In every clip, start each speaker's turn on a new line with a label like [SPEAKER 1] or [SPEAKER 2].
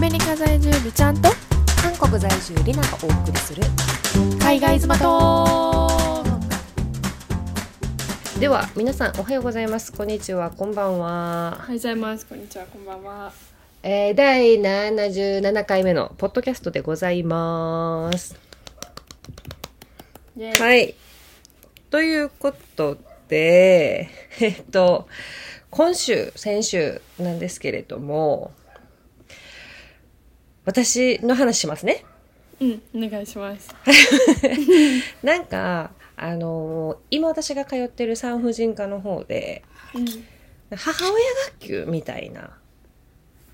[SPEAKER 1] メリカ在住美ちゃんと
[SPEAKER 2] 韓国在住リナがお送りする
[SPEAKER 1] 海外妻と
[SPEAKER 2] では皆さんおはようございますこんにちはこんばんは、
[SPEAKER 1] おはようございますこんにちはこんばんは
[SPEAKER 2] えー、第77回目のポッドキャストでございます
[SPEAKER 1] イエーイ
[SPEAKER 2] はいということで えっと今週先週なんですけれども私の話しますね
[SPEAKER 1] うんお願いします
[SPEAKER 2] なんかあの今私が通ってる産婦人科の方で
[SPEAKER 1] うん
[SPEAKER 2] 母親学級みたいな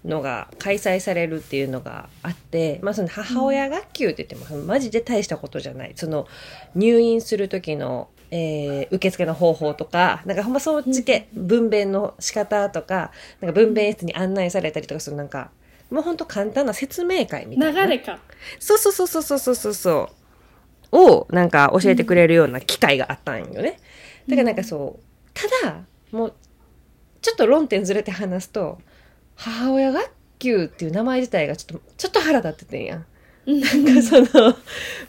[SPEAKER 2] のが開催されるっていうのがあって、まあ、その母親学級って言っても、マジで大したことじゃないその入院する時の、えー受付の方法とかなんかほんまそっち系、分娩の仕方とかなんか分娩室に案内されたりとかそのなんかもうほんと簡単な説明会みたいな
[SPEAKER 1] 流れか
[SPEAKER 2] そうそうそうそうそうそうそうそうをなんか教えてくれるような機会があったんよね。だからなんかそうただもうちょっと論点ずれて話すと母親学級っていう名前自体がちょっとちょっと腹立っててんやん。
[SPEAKER 1] うん
[SPEAKER 2] なんか その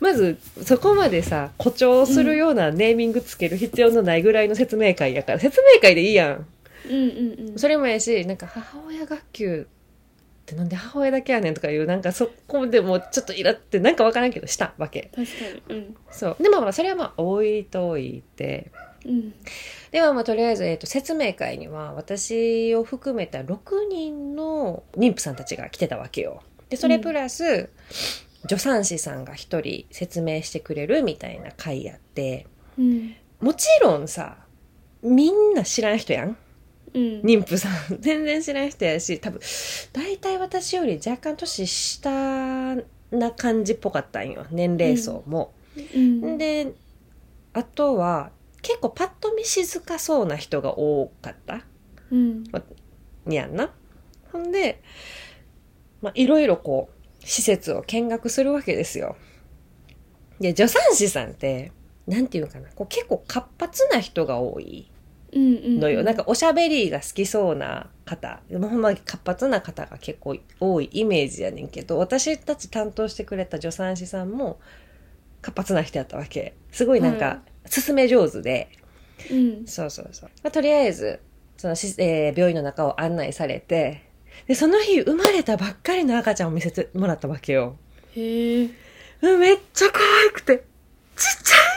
[SPEAKER 2] まずそこまでさ誇張するようなネーミングつける必要のないぐらいの説明会やから説明会でいいやん。
[SPEAKER 1] うんうんうん
[SPEAKER 2] それもやしなんか母親学級ってなんで母親だけやねんとかいうなんかそこでもちょっとイラってなんかわからんけどしたわけ
[SPEAKER 1] 確かに
[SPEAKER 2] そうでもまあそれはまあ置いといて
[SPEAKER 1] うんうん
[SPEAKER 2] ではまあとりあえず、えー、と説明会には私を含めた6人の妊婦さんたちが来てたわけよでそれプラス、助産師さんが一人説明してくれるみたいな会やって
[SPEAKER 1] うん
[SPEAKER 2] もちろんさみんな知らん人やん
[SPEAKER 1] うん
[SPEAKER 2] 妊婦さん 全然知らん人やし多分大体私より若干年下な感じっぽかったんよ年齢層も。
[SPEAKER 1] うん
[SPEAKER 2] であとは結構パッと見静かそうな人が多かった
[SPEAKER 1] うん
[SPEAKER 2] にやんな。ほんでまあいろいろこう施設を見学するわけですよ。で助産師さんってなんていうかなこう結構活発な人が多い。
[SPEAKER 1] うんうん
[SPEAKER 2] のよ。なんかおしゃべりが好きそうな方、ほんまに活発な方が結構多いイメージやねんけど、私たち担当してくれた助産師さんも活発な人やったわけ。すごいなん
[SPEAKER 1] は
[SPEAKER 2] か、勧め上手で、
[SPEAKER 1] うん
[SPEAKER 2] そうそうそう。まあ、とりあえず、そのし、えー病院の中を案内されて、で、その日生まれたばっかりの赤ちゃんを見せてもらったわけよ。
[SPEAKER 1] へえ
[SPEAKER 2] うんめっちゃ可愛くて、ちっちゃ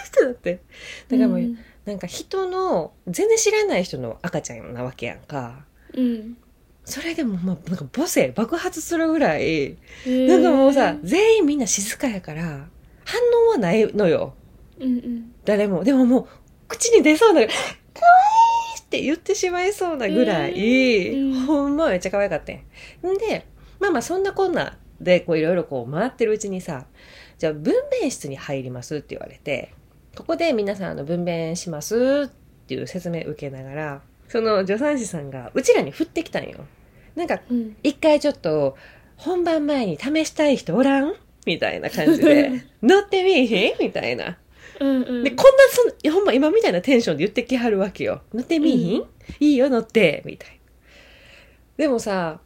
[SPEAKER 2] い人だって。だからもう、
[SPEAKER 1] うん
[SPEAKER 2] なんか人の、全然知らない人の赤ちゃんなわけやんか。
[SPEAKER 1] うん
[SPEAKER 2] それでもまあなんか母性爆発するぐらい、
[SPEAKER 1] へえ
[SPEAKER 2] なんかもうさ全員みんな静かやから反応はないのよ
[SPEAKER 1] うんうん
[SPEAKER 2] 誰もでももう口に出そうな「可愛いって言ってしまいそうなぐらい、
[SPEAKER 1] うんうん
[SPEAKER 2] ほんまめっちゃ可愛かったんんでまあまあそんなこんなでこういろいろこう回ってるうちにさ「じゃあ分娩室に入ります」って言われて「ここで皆さんあの分娩します」っていう説明受けながらその助産師さんがうちらに振ってきたんよ。なんか
[SPEAKER 1] うん
[SPEAKER 2] 一回ちょっと本番前に試したい人おらんみたいな感じ で乗ってみいひんみたいな
[SPEAKER 1] うんうん
[SPEAKER 2] でこんなそのいやほんま今みたいなテンションで言ってきはるわけよ乗ってみいひん、いいよ乗ってみたいなでもさ、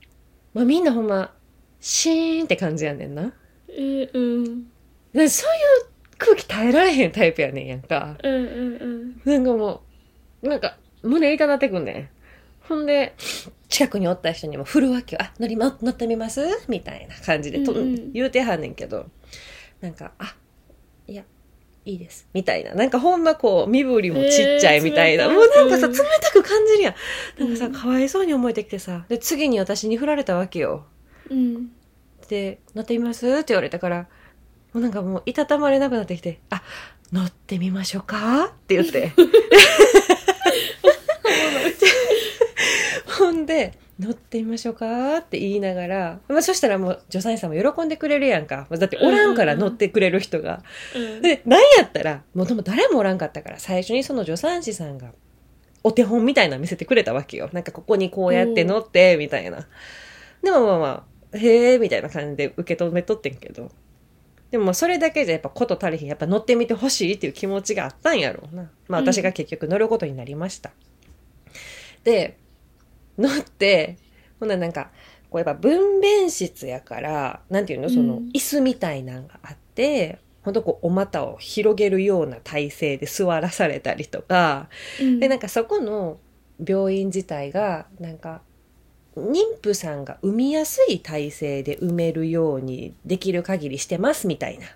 [SPEAKER 2] まあ、みんなほんまシーンって感じやねんな
[SPEAKER 1] えーうん
[SPEAKER 2] でそういう空気耐えられへんタイプやねんやんか
[SPEAKER 1] うんうんうん
[SPEAKER 2] なんかもうなんか胸痛なってくんねんほんで近くにおった人にも振るわけよ「あ乗りま乗ってみます?」みたいな感じでと、
[SPEAKER 1] うんうん
[SPEAKER 2] 言うてはんねんけどなんか「あいやいいです」みたいななんかほんまこう身振りもちっちゃいみたいな、
[SPEAKER 1] えー
[SPEAKER 2] もうなんか
[SPEAKER 1] う
[SPEAKER 2] さ
[SPEAKER 1] ん
[SPEAKER 2] 冷たく感じるやんなんかさ、
[SPEAKER 1] うん
[SPEAKER 2] かわいそうに思えてきてさで次に私に振られたわけよ
[SPEAKER 1] うん
[SPEAKER 2] で「乗ってみます?」って言われたからもうなんかもういたたまれなくなってきて「あ乗ってみましょうか?」って言って ほんで「乗ってみましょうか?」って言いながら、まあ、そしたらもう助産師さんも喜んでくれるやんかだっておらんから
[SPEAKER 1] うんうんう
[SPEAKER 2] 乗
[SPEAKER 1] ん
[SPEAKER 2] ってくれる人が。
[SPEAKER 1] うん
[SPEAKER 2] でなんやったらもうでも誰もおらんかったから最初にその助産師さんがお手本みたいなの見せてくれたわけよなんかここにこうやって乗ってみたいなでもまあまあへえみたいな感じで受け止めとってんけどでもまあそれだけじゃやっぱこと足りひんやっぱ乗ってみてほしいっていう気持ちがあったんやろうなまあ
[SPEAKER 1] うん
[SPEAKER 2] 私が結局乗ることになりました、で乗ってほんならなんかこうやっぱ分娩室やからなんていうのその
[SPEAKER 1] うん
[SPEAKER 2] 椅子みたいなんがあって、ほんとこうお股を広げるような体勢で座らされたりとか、
[SPEAKER 1] うん
[SPEAKER 2] でなんかそこの病院自体がなんか妊婦さんが産みやすい体勢で産めるようにできる限りしてますみたいな。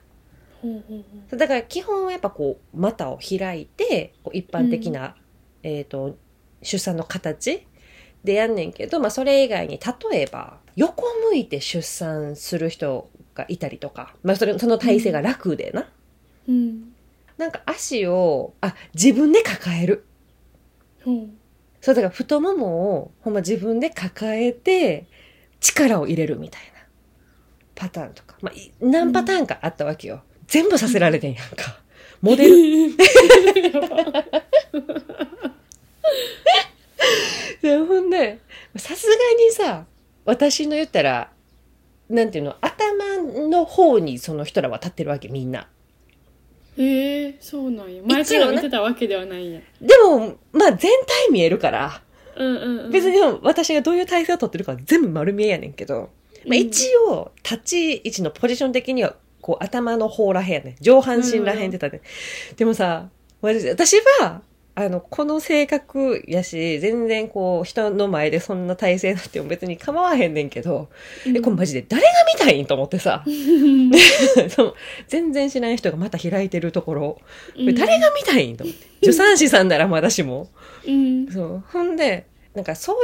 [SPEAKER 1] ほうほうほ
[SPEAKER 2] だから基本はやっぱこう股を開いてこう一般的な、えー、と出産の形でやんねんけど、まあ、それ以外に例えば横向いて出産する人がいたりとか、まあ、それその体勢が楽でな、
[SPEAKER 1] ううん
[SPEAKER 2] なんか足をあ自分で抱える
[SPEAKER 1] ほ う
[SPEAKER 2] そうだから太ももをほんま自分で抱えて力を入れるみたいなパターンとか、まあ、い何パターンかあったわけよ、全部させられてんやんかモデルで ほんでさすがにさ私の言ったらなんていうの頭の方にその人らは立ってるわけみんな
[SPEAKER 1] へえそうなんや前から見てたわけではないんや
[SPEAKER 2] でもまあ全体見えるから
[SPEAKER 1] うんうんうん
[SPEAKER 2] 別に私がどういう体勢をとってるかは全部丸見えやねんけど、まあ、一応立ち位置のポジション的にはこう頭の方らへんやねん上半身らへんってたね、でもさ私私はあのこの性格やし全然こう人の前でそんな体勢になっても別に構わへんねんけど、え、これマジで誰が見たいんと思ってさ、 その全然知らない人がまた開いてるところ、これ誰が見たいんと思って。助産師さんならまだしも。
[SPEAKER 1] うん
[SPEAKER 2] そう。ほんで、なんかそう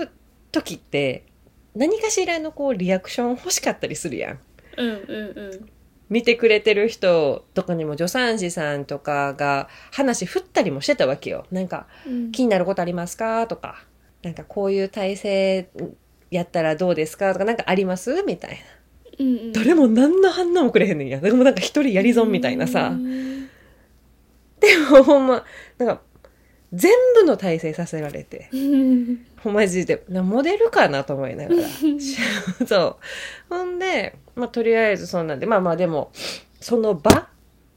[SPEAKER 2] いう時って、何かしらのこうリアクション欲しかったりするやん。
[SPEAKER 1] うんうんうん
[SPEAKER 2] 見てくれてる人とかにも助産師さんとかが話振ったりもしてたわけよ。なんか、
[SPEAKER 1] うん
[SPEAKER 2] 気になることありますかとか、なんかこういう体勢やったらどうですかとか、なんかありますみたい
[SPEAKER 1] う
[SPEAKER 2] な。
[SPEAKER 1] んうん
[SPEAKER 2] 誰も何の反応もくれへんねんや。でもなんか一人やり損みたいなさ。
[SPEAKER 1] うん
[SPEAKER 2] でもほんま、なんか、全部の体勢させられて、
[SPEAKER 1] うん
[SPEAKER 2] ほんまじで、なモデルかなと思いながら。 そう。ほんで、まあとりあえずそんなんで、まあまあでも、その場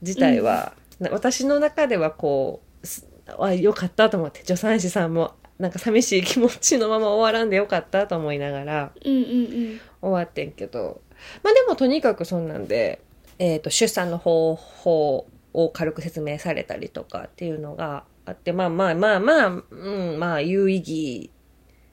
[SPEAKER 2] 自体は、な私の中ではこう、すあ、よかったと思って、助産師さんも、なんか寂しい気持ちのまま終わらんでよかったと思いながら、
[SPEAKER 1] うんうん
[SPEAKER 2] 終わってんけどまあでもとにかくそんなんで、えー、と出産の方法を軽く説明されたりとかっていうのがあってまあまあまあまあ、うん、まあ有意義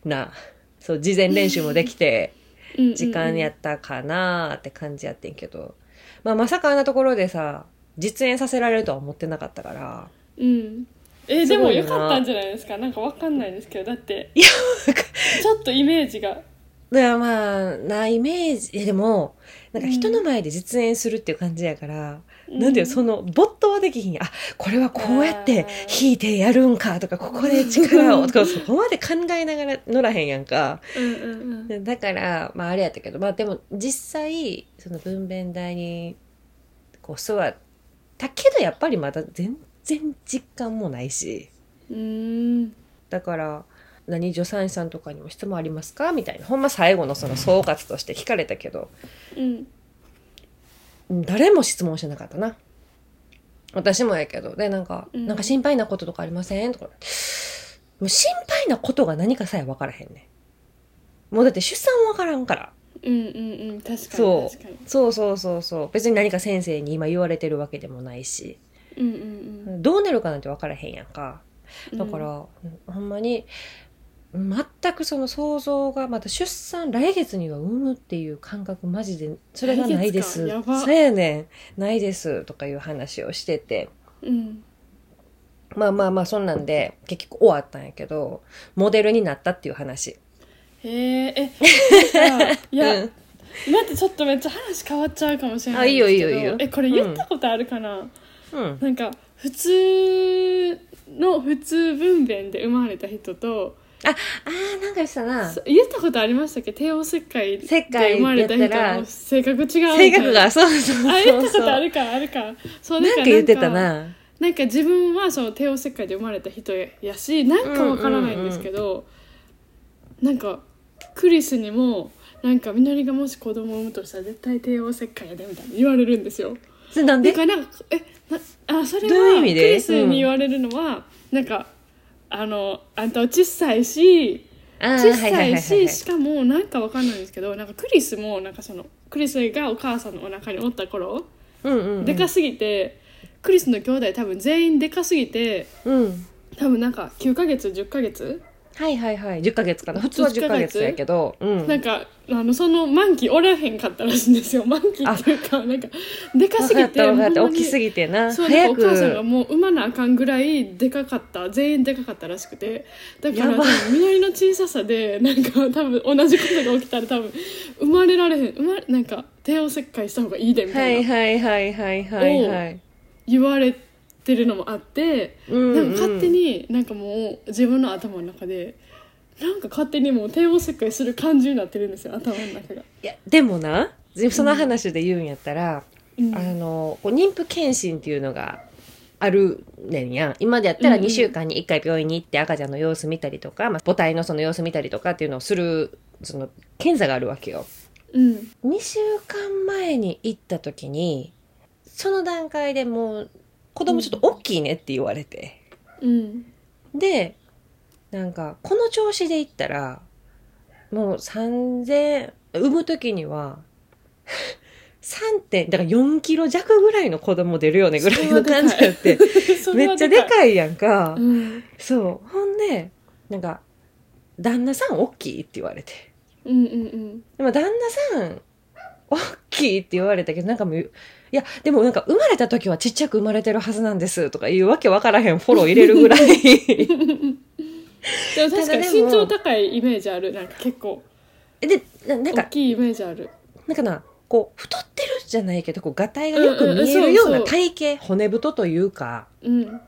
[SPEAKER 2] なそう事前練習もできて
[SPEAKER 1] うん
[SPEAKER 2] 時間やったかなーって感じやってんけど、まあ、まさかあんなところでさ実演させられるとは思ってなかったから。
[SPEAKER 1] うんえ
[SPEAKER 2] す
[SPEAKER 1] で
[SPEAKER 2] ご
[SPEAKER 1] も
[SPEAKER 2] いよ
[SPEAKER 1] よ
[SPEAKER 2] な
[SPEAKER 1] かったんじゃないですかなんかわかんないですけどだってちょっとイメージが
[SPEAKER 2] だからまあ、な、イメージ、いやでも、なんか人の前で実演するっていう感じやから、なんだよ、その、没頭はできひんやん。あ、これはこうやって引いてやるんかとか、ここで力をと か、そこまで考えながら乗らへんやんか。
[SPEAKER 1] うんうんうん
[SPEAKER 2] だから、まああれやったけど、まあでも実際、その分娩台に、こう座ったけど、やっぱりまだ全然実感もないし。
[SPEAKER 1] うん
[SPEAKER 2] だから、何助産師さんとかにも質問ありますかみたいな。ほんま最後のその総括として聞かれたけど、
[SPEAKER 1] うん
[SPEAKER 2] うん誰も質問してなかったな。私もやけど。で、なんか、
[SPEAKER 1] うん
[SPEAKER 2] なんか心配なこととかありませんとか。もう心配なことが何かさえ分からへんねん。もうだって出産分からんから。
[SPEAKER 1] うんうんうん確かに
[SPEAKER 2] そう
[SPEAKER 1] 確かに
[SPEAKER 2] そうそうそうそう。別に何か先生に今言われてるわけでもないし。
[SPEAKER 1] うんうん
[SPEAKER 2] どうなるかなんて分からへんやんか。
[SPEAKER 1] うん
[SPEAKER 2] だから、ほんまに、全くその想像が、また出産、来月には産むっていう感覚、マジで、それがないで
[SPEAKER 1] 来
[SPEAKER 2] す。
[SPEAKER 1] 月かやば
[SPEAKER 2] そうやねん。ないです。とかいう話をしてて。
[SPEAKER 1] うん
[SPEAKER 2] まあまあまあそんなんで結局終わったんやけどモデルになったっていう話
[SPEAKER 1] へええなん かいや、
[SPEAKER 2] うん
[SPEAKER 1] 待ってちょっとめっちゃ話変わっちゃうかもしれない
[SPEAKER 2] あいいよ
[SPEAKER 1] ですけど
[SPEAKER 2] いいよいいよ
[SPEAKER 1] えこれ言ったことあるかな、
[SPEAKER 2] うん
[SPEAKER 1] なんか普通の普通分娩で生まれた人と
[SPEAKER 2] あーなんか言ってたな
[SPEAKER 1] そ言ったことありましたっけ帝王切開で
[SPEAKER 2] 切開
[SPEAKER 1] 生まれた人
[SPEAKER 2] やったら
[SPEAKER 1] の性格違うみたいな
[SPEAKER 2] 性格がそうそうそう
[SPEAKER 1] あ
[SPEAKER 2] そ
[SPEAKER 1] 言
[SPEAKER 2] う
[SPEAKER 1] ったことあるかあるかそう
[SPEAKER 2] なんか言ってたな
[SPEAKER 1] なんか自分はその帝王切開で生まれた人やしなんかわからないんですけど、なんかクリスにもなんかみのりがもし子供を産むとしたら絶対帝王切開やでみたいな言われるんですよ
[SPEAKER 2] それなん
[SPEAKER 1] だ
[SPEAKER 2] で
[SPEAKER 1] からなんかえなあそれ
[SPEAKER 2] どういう
[SPEAKER 1] は
[SPEAKER 2] 意
[SPEAKER 1] ク
[SPEAKER 2] 味で
[SPEAKER 1] リスに言われるのは、なんかあのあんたは小さいし小
[SPEAKER 2] 小
[SPEAKER 1] さいししかもなんかわかんないんですけどなんかクリスもなんかそのクリスがお母さんのお腹におった頃でかすぎてクリスの兄弟多分全員でかすぎて
[SPEAKER 2] うん
[SPEAKER 1] 多分なんか9ヶ月10ヶ月、
[SPEAKER 2] はいはいはい10ヶ月かな普通は10ヶ月やけどうん
[SPEAKER 1] なんかあのその満期おらへんかったらしいんですよ満期っていうかなんかでかすぎ
[SPEAKER 2] わかった
[SPEAKER 1] て
[SPEAKER 2] わか
[SPEAKER 1] ほ
[SPEAKER 2] った
[SPEAKER 1] ん
[SPEAKER 2] 大
[SPEAKER 1] まに
[SPEAKER 2] きすぎてな
[SPEAKER 1] そうなん
[SPEAKER 2] 早
[SPEAKER 1] かお母さんが
[SPEAKER 2] く
[SPEAKER 1] もう産まなあかんぐらいでかかった全員でかかったらしくてだから
[SPEAKER 2] や
[SPEAKER 1] 多
[SPEAKER 2] ば
[SPEAKER 1] 分みのりの小ささでなんか多分同じことが起きたら多分生まれられへん生まれなんか帝王切開した方がいいでみ
[SPEAKER 2] は
[SPEAKER 1] たい
[SPEAKER 2] い
[SPEAKER 1] な
[SPEAKER 2] はいはいはいはいはい
[SPEAKER 1] 言われてるのもあって、
[SPEAKER 2] うん
[SPEAKER 1] でも勝手になんかもう自分の頭の中でなんか勝手にもう帝王切開する感じになってるんですよ頭の中が。
[SPEAKER 2] いやでもなその話で言うんやったら、
[SPEAKER 1] うん
[SPEAKER 2] あのこう妊婦検診っていうのがあるねんや今でやったら
[SPEAKER 1] うんうん
[SPEAKER 2] 2週間に1回病院に行って赤ちゃんの様子見たりとか、まあ、母体のその様子見たりとかっていうのをするその検査があるわけよ。
[SPEAKER 1] うん
[SPEAKER 2] 2週間前に行った時にその段階でもう子供ちょっと大きいねって言われて、
[SPEAKER 1] うん
[SPEAKER 2] でなんかこの調子で行ったらもう3000産む時には 3. 点だから4キロ弱ぐらいの子供出るよねぐらいの感じやって
[SPEAKER 1] それ
[SPEAKER 2] めっ
[SPEAKER 1] は
[SPEAKER 2] ちゃでかいやんか、
[SPEAKER 1] うん
[SPEAKER 2] そうほんでなんか「旦那さん大きい?」って言われて。
[SPEAKER 1] うんうんうん
[SPEAKER 2] でも旦那さん、大きいって言われたけど、なんかもう、いや、でもなんか生まれた時はちっちゃく生まれてるはずなんですとかいうわけわからへんフォロー入れるぐらい。
[SPEAKER 1] でも確かに
[SPEAKER 2] ただでも
[SPEAKER 1] 身長高いイメージあるなんか結構
[SPEAKER 2] で、ななん
[SPEAKER 1] 大
[SPEAKER 2] か、
[SPEAKER 1] きいイメージある
[SPEAKER 2] なんかな、こう、太ってるじゃないけど、こう、がたいがよく見えるような体型、骨太というか、
[SPEAKER 1] うん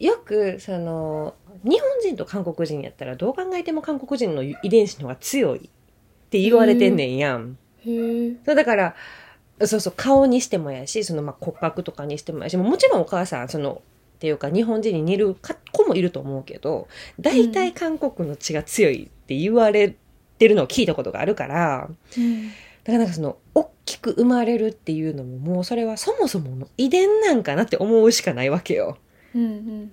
[SPEAKER 2] よく、その、日本人と韓国人やったら、どう考えても韓国人の遺伝子の方が強いって言われてんねんやん。
[SPEAKER 1] へえ
[SPEAKER 2] そうだからそうそう顔にしてもやしそのまあ骨格とかにしてもやしもうもちろんお母さんそのっていうか日本人に似るか子もいると思うけど大体韓国の血が強いって言われてるのを聞いたことがあるから
[SPEAKER 1] うん
[SPEAKER 2] だからなんかその大きく生まれるっていうのももうそれはそもそもの遺伝なんかなって思うしかないわけよ。
[SPEAKER 1] うんう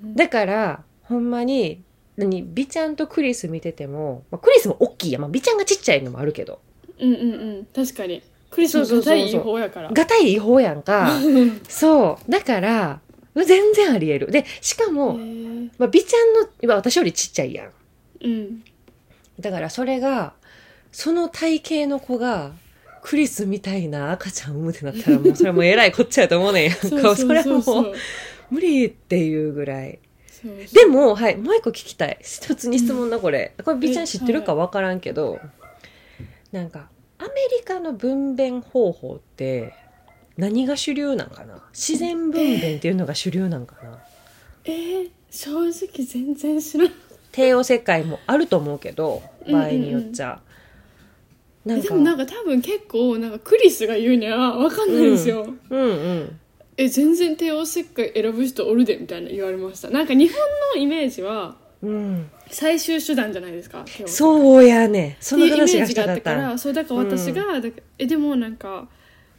[SPEAKER 1] ん
[SPEAKER 2] だからほんまに何美ちゃんとクリス見てても、まあ、クリスも大きいやん、まあ、美ちゃんがちっちゃいのもあるけど
[SPEAKER 1] うんうんうんうん確かにクリスも硬い方やから
[SPEAKER 2] がたい違法やんか。
[SPEAKER 1] うん
[SPEAKER 2] そう。だから、全然あり得る。で、しかも、
[SPEAKER 1] へ
[SPEAKER 2] まあ、美ちゃんの、まあ私よりちっちゃいやん。
[SPEAKER 1] えうん
[SPEAKER 2] だから、それが、その体型の子が、クリスみたいな赤ちゃんを産むってなったら、もうそれはもうえらいこっちゃやと思うねんやんか。
[SPEAKER 1] そうそう
[SPEAKER 2] それは
[SPEAKER 1] そう
[SPEAKER 2] も
[SPEAKER 1] そう
[SPEAKER 2] う、無理っていうぐらい。
[SPEAKER 1] そう
[SPEAKER 2] でも、はい、もう一個聞きたい。一つに質問だ、これ。これ、美ちゃん
[SPEAKER 1] え
[SPEAKER 2] 知ってるかわからんけど、なんか、アメリカの分娩方法って、何が主流なんかな自然分娩っていうのが主流なんかな、
[SPEAKER 1] えー正直全然知らん
[SPEAKER 2] 帝王切開もあると思うけど
[SPEAKER 1] うんうんう
[SPEAKER 2] 場
[SPEAKER 1] ん
[SPEAKER 2] 合によっちゃ、
[SPEAKER 1] えでも
[SPEAKER 2] な
[SPEAKER 1] なんん
[SPEAKER 2] か
[SPEAKER 1] か多分結構なんかクリスが言うには分かんないんですよ
[SPEAKER 2] うんうん
[SPEAKER 1] え全然帝王切開選ぶ人おるでみたいな言われましたなんか日本のイメージは
[SPEAKER 2] うん、
[SPEAKER 1] 最終手段じゃないですか帝王切開
[SPEAKER 2] そうやねその
[SPEAKER 1] っていうイ
[SPEAKER 2] 話
[SPEAKER 1] メ
[SPEAKER 2] が
[SPEAKER 1] ージ
[SPEAKER 2] した
[SPEAKER 1] があ
[SPEAKER 2] か
[SPEAKER 1] っ
[SPEAKER 2] った
[SPEAKER 1] か
[SPEAKER 2] た
[SPEAKER 1] らそうだから私が、だからえでもなんか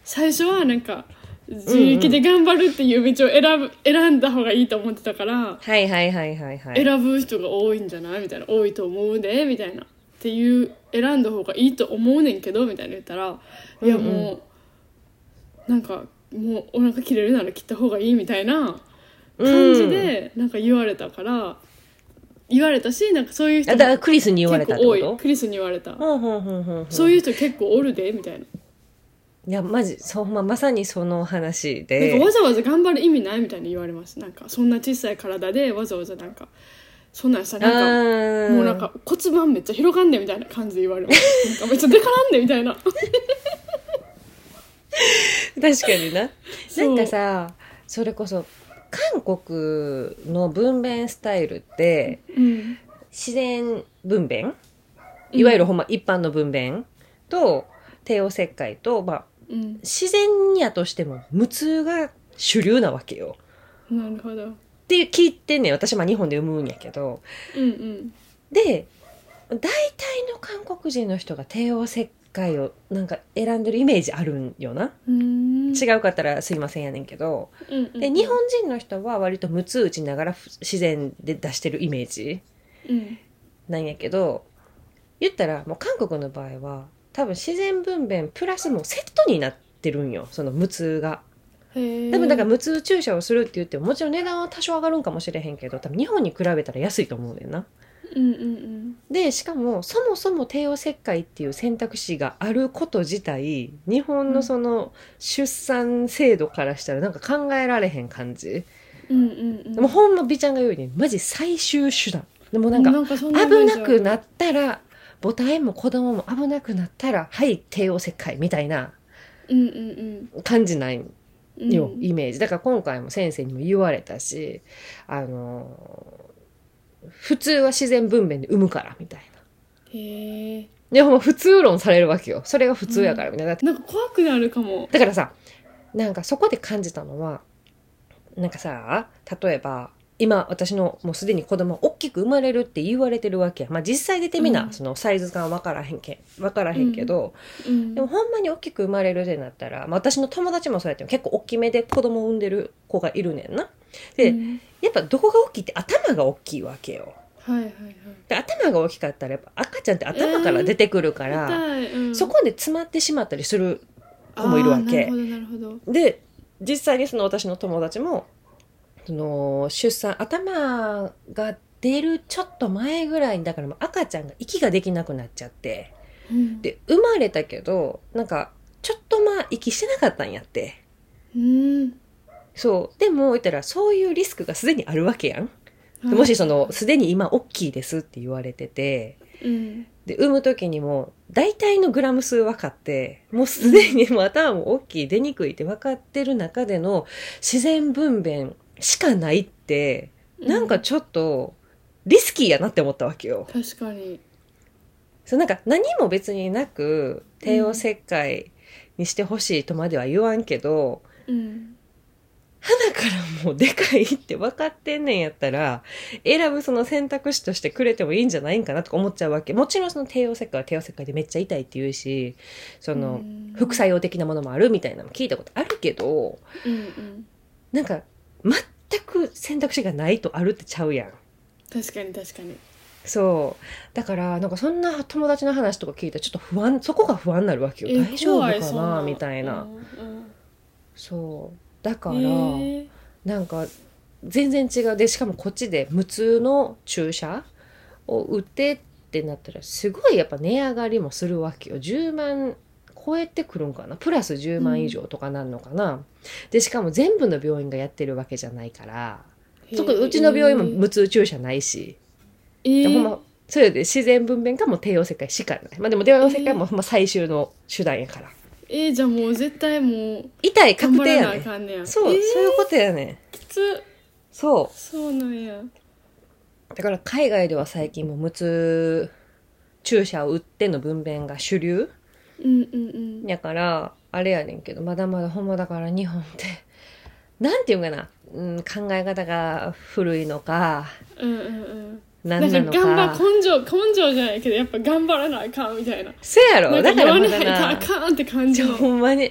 [SPEAKER 1] 最初はなんか自力で頑張るっていう道を選ぶ、選んだ方がいいと思ってたから、
[SPEAKER 2] はいはいはいはいはい
[SPEAKER 1] 選ぶ人が多いんじゃないみたいな多いと思うでみたいなっていう選んだ方がいいと思うねんけどみたいな言ったら、いや
[SPEAKER 2] うんうん
[SPEAKER 1] もうなんかもうお腹切れるなら切った方がいいみたいな感じでなんか言われたから言われたしなんかそういう人
[SPEAKER 2] あだ
[SPEAKER 1] も
[SPEAKER 2] からクリスに言われ
[SPEAKER 1] 結
[SPEAKER 2] たっ
[SPEAKER 1] 構
[SPEAKER 2] て
[SPEAKER 1] 多
[SPEAKER 2] こ
[SPEAKER 1] い
[SPEAKER 2] と
[SPEAKER 1] クリスに言われた。
[SPEAKER 2] ほんほんほんほんほん
[SPEAKER 1] そういう人結構おるでみたいな,、
[SPEAKER 2] いやマジそう、まあ、まさにその話
[SPEAKER 1] なん
[SPEAKER 2] で
[SPEAKER 1] かわざわざ頑張る意味ないみたいに言われますなんかそんな小さい体でわざわざなんかそんなんさなんか
[SPEAKER 2] あー
[SPEAKER 1] もうなんか骨盤めっちゃ広がんねみたいな感じで言われ ますなんかめっちゃでからんねみたいな
[SPEAKER 2] 確かにな
[SPEAKER 1] そ
[SPEAKER 2] な
[SPEAKER 1] うん
[SPEAKER 2] かさそれこそ韓国の分娩スタイルって
[SPEAKER 1] うん
[SPEAKER 2] 自然分娩いわゆるほんま一般の分娩と帝王切開と、まあ、
[SPEAKER 1] うん
[SPEAKER 2] 自然やとしても無痛が主流なわけよ。
[SPEAKER 1] なるほどうん
[SPEAKER 2] って聞いてんねん私まあ日本で産むんやけど。
[SPEAKER 1] うん
[SPEAKER 2] で大体の韓国人の人が帝王切開をなんか選んでるイメージあるんよな。
[SPEAKER 1] うーん
[SPEAKER 2] 違うかったらすいませんやねんけど。
[SPEAKER 1] うんうんうん
[SPEAKER 2] で日本人の人は割と無痛打ちながら自然で出してるイメージ
[SPEAKER 1] うん
[SPEAKER 2] なんやけど言ったらもう韓国の場合は多分自然分娩プラスもうセットになってるんよその無痛が
[SPEAKER 1] へえ
[SPEAKER 2] 多分だから無痛注射をするって言ってももちろん値段は多少上がるんかもしれへんけど多分日本に比べたら安いと思うねんな
[SPEAKER 1] うんうんうん
[SPEAKER 2] でしかもそもそも帝王切開っていう選択肢があること自体日本
[SPEAKER 1] う
[SPEAKER 2] の
[SPEAKER 1] ん
[SPEAKER 2] その出産制度からしたらなんか考えられへん感じ、
[SPEAKER 1] うんうんうん
[SPEAKER 2] でもほんま美ちゃんが言うようにマジ最終手段でもなんか
[SPEAKER 1] そんイメ
[SPEAKER 2] 危
[SPEAKER 1] ージあ
[SPEAKER 2] な
[SPEAKER 1] る
[SPEAKER 2] くなったら母体も子供も危なくなったらはい帝王切開みたいな
[SPEAKER 1] うんうんうん
[SPEAKER 2] 感じない
[SPEAKER 1] うん
[SPEAKER 2] よ、イメージだから今回も先生にも言われたしあの普通は自然分娩で産むからみたいな。
[SPEAKER 1] へえ
[SPEAKER 2] でも普通論されるわけよそれが普通やからみたいな、だって
[SPEAKER 1] なんか怖くなるかも
[SPEAKER 2] だからさなんかそこで感じたのはなんかさ例えば今私のもうすでに子供は大きく生まれるって言われてるわけや、まあ、実際出てみな、
[SPEAKER 1] うん
[SPEAKER 2] そのサイズ感分からへんけ分からへんけど、
[SPEAKER 1] うん
[SPEAKER 2] でもほんまに大きく生まれるってなったら、まあ、私の友達もそうやって結構大きめで子供を産んでる子がいるねんなで、
[SPEAKER 1] うん
[SPEAKER 2] やっぱどこが大きいって頭が大きいわけよ
[SPEAKER 1] はいはいはい
[SPEAKER 2] で頭が大きかったらやっぱ赤ちゃんって頭から出てくるから、
[SPEAKER 1] 痛いうん
[SPEAKER 2] そこで詰まってしまったりする子もいるわけ
[SPEAKER 1] あーなるほどなるほど
[SPEAKER 2] で実際にその私の友達もその出産頭が出るちょっと前ぐらいにだからもう赤ちゃんが息ができなくなっちゃって
[SPEAKER 1] うん
[SPEAKER 2] で生まれたけどなんかちょっとまあ息してなかったんやって
[SPEAKER 1] うん
[SPEAKER 2] そうでも言ったらそういうリスクがすでにあるわけやんで
[SPEAKER 1] はい
[SPEAKER 2] もしそのすでに今大きいですって言われてて
[SPEAKER 1] うん
[SPEAKER 2] で産む時にも大体のグラム数分かってもうすでにもう頭も大きい出にくいって分かってる中での自然分娩しかないってなんかちょっとリスキーやなって思ったわけよ。
[SPEAKER 1] 確かに
[SPEAKER 2] そうなんか何も別になく帝王切開にしてほしいとまでは言わんけど、
[SPEAKER 1] うん
[SPEAKER 2] 鼻からもうでかいって分かってんねんやったら選ぶその選択肢としてくれてもいいんじゃないんかなとか思っちゃうわけもちろんその帝王切開は帝王切開でめっちゃ痛いって言うしそ
[SPEAKER 1] う
[SPEAKER 2] の
[SPEAKER 1] ん
[SPEAKER 2] 副作用的なものもあるみたいなのも聞いたことあるけど
[SPEAKER 1] うんうん
[SPEAKER 2] なんか全く選択肢がないとあるってちゃうやん。
[SPEAKER 1] 確かに確かに
[SPEAKER 2] そうだからなんかそんな友達の話とか聞いたらちょっと不安そこが不安になるわけよ大丈夫
[SPEAKER 1] 怖
[SPEAKER 2] か
[SPEAKER 1] いそん
[SPEAKER 2] なみたいな、
[SPEAKER 1] うんうん
[SPEAKER 2] そうだから、
[SPEAKER 1] へー
[SPEAKER 2] なんか全然違うでしかもこっちで無痛の注射を打ってってなったらすごいやっぱ値上がりもするわけよ10万超えてくるんかなプラス10万以上とかなんのかな、でしかも全部の病院がやってるわけじゃないから特にうちの病院も無痛注射ないし、
[SPEAKER 1] えー
[SPEAKER 2] でほんまそれで自然分娩かもう帝王切開しかないまあでも帝王切開もほんま最終の手段やから
[SPEAKER 1] えーじゃあもう絶対もう
[SPEAKER 2] 痛い
[SPEAKER 1] 頑
[SPEAKER 2] 確
[SPEAKER 1] 張ら
[SPEAKER 2] 定や
[SPEAKER 1] な
[SPEAKER 2] ね
[SPEAKER 1] あかんねや
[SPEAKER 2] そう、
[SPEAKER 1] えー
[SPEAKER 2] そういうことやね
[SPEAKER 1] きつ
[SPEAKER 2] そう
[SPEAKER 1] そうなんや
[SPEAKER 2] だから海外では最近も無痛注射を打っての分娩が主流
[SPEAKER 1] うんうんうん
[SPEAKER 2] やからあれやねんけどまだまだほんまだから日本って なんていうんかな、うん、考え方が古いのか
[SPEAKER 1] うんうんうん
[SPEAKER 2] 何な
[SPEAKER 1] なん
[SPEAKER 2] の
[SPEAKER 1] か頑
[SPEAKER 2] か
[SPEAKER 1] 張根性根性じゃないけどやっぱ頑張らなあかんみたいな
[SPEAKER 2] せやろ
[SPEAKER 1] な
[SPEAKER 2] だ
[SPEAKER 1] んか言
[SPEAKER 2] から
[SPEAKER 1] わ
[SPEAKER 2] ま
[SPEAKER 1] ないと
[SPEAKER 2] だ
[SPEAKER 1] あ
[SPEAKER 2] な
[SPEAKER 1] かんって感じ
[SPEAKER 2] じゃ
[SPEAKER 1] の
[SPEAKER 2] ほんまに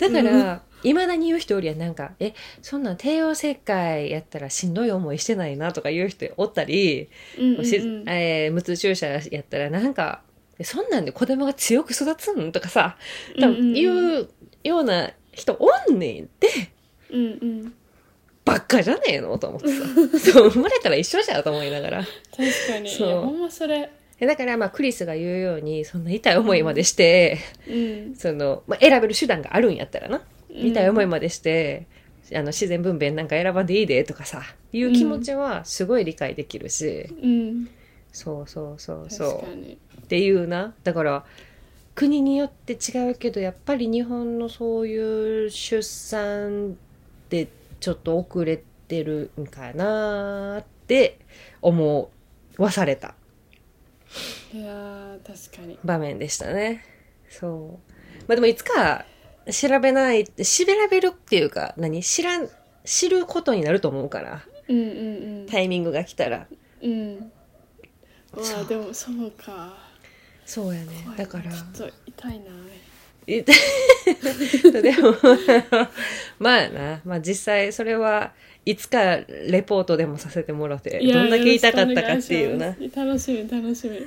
[SPEAKER 2] だか
[SPEAKER 1] うん
[SPEAKER 2] らいま、未だに言う人おりやんなんか「えそんなん帝王切開やったらしんどい思いしてないな」とか言う人おったり
[SPEAKER 1] うんうんう
[SPEAKER 2] し
[SPEAKER 1] ん
[SPEAKER 2] えー無痛注射やったらなんかえそんなんで子供が強く育つんとかさ多分
[SPEAKER 1] うんうんうん
[SPEAKER 2] 言うような人おんねんって
[SPEAKER 1] うんうん
[SPEAKER 2] ばっかじゃねえのと思っ てさそう生まれたら一緒じゃんと思いながら
[SPEAKER 1] 確かにい
[SPEAKER 2] そう
[SPEAKER 1] やほんまそれ
[SPEAKER 2] えだからまあクリスが言うようにそんな痛い思いまでして、
[SPEAKER 1] うん
[SPEAKER 2] その、まあ、選べる手段があるんやったらな痛い思い
[SPEAKER 1] も
[SPEAKER 2] までして、あの自然分娩なんか選ばんでいいでとかさいう気持ちはすごい理解できるし、
[SPEAKER 1] うん
[SPEAKER 2] そうそうそうそう。
[SPEAKER 1] 確かに
[SPEAKER 2] っていうなだから国によって違うけどやっぱり日本のそういう出産でちょっと遅れてるんかなーって思わされた
[SPEAKER 1] いやー確かに
[SPEAKER 2] 場面でしたねそうまあでもいつか調べない調べるっていうか何知らん知ることになると思うから
[SPEAKER 1] うんうん
[SPEAKER 2] タイミングが来たら
[SPEAKER 1] うんうんう
[SPEAKER 2] そ
[SPEAKER 1] わ
[SPEAKER 2] う
[SPEAKER 1] でもそうか
[SPEAKER 2] そうやね
[SPEAKER 1] 怖い
[SPEAKER 2] だから
[SPEAKER 1] ちょっと痛いな
[SPEAKER 2] えでもまあな、まあ、実際それはいつかレポートでもさせてもらって
[SPEAKER 1] いや
[SPEAKER 2] どんだけ痛かっ
[SPEAKER 1] よ
[SPEAKER 2] たか
[SPEAKER 1] ろ
[SPEAKER 2] っ
[SPEAKER 1] しく
[SPEAKER 2] ていう
[SPEAKER 1] お願
[SPEAKER 2] な
[SPEAKER 1] します楽しみ楽しみ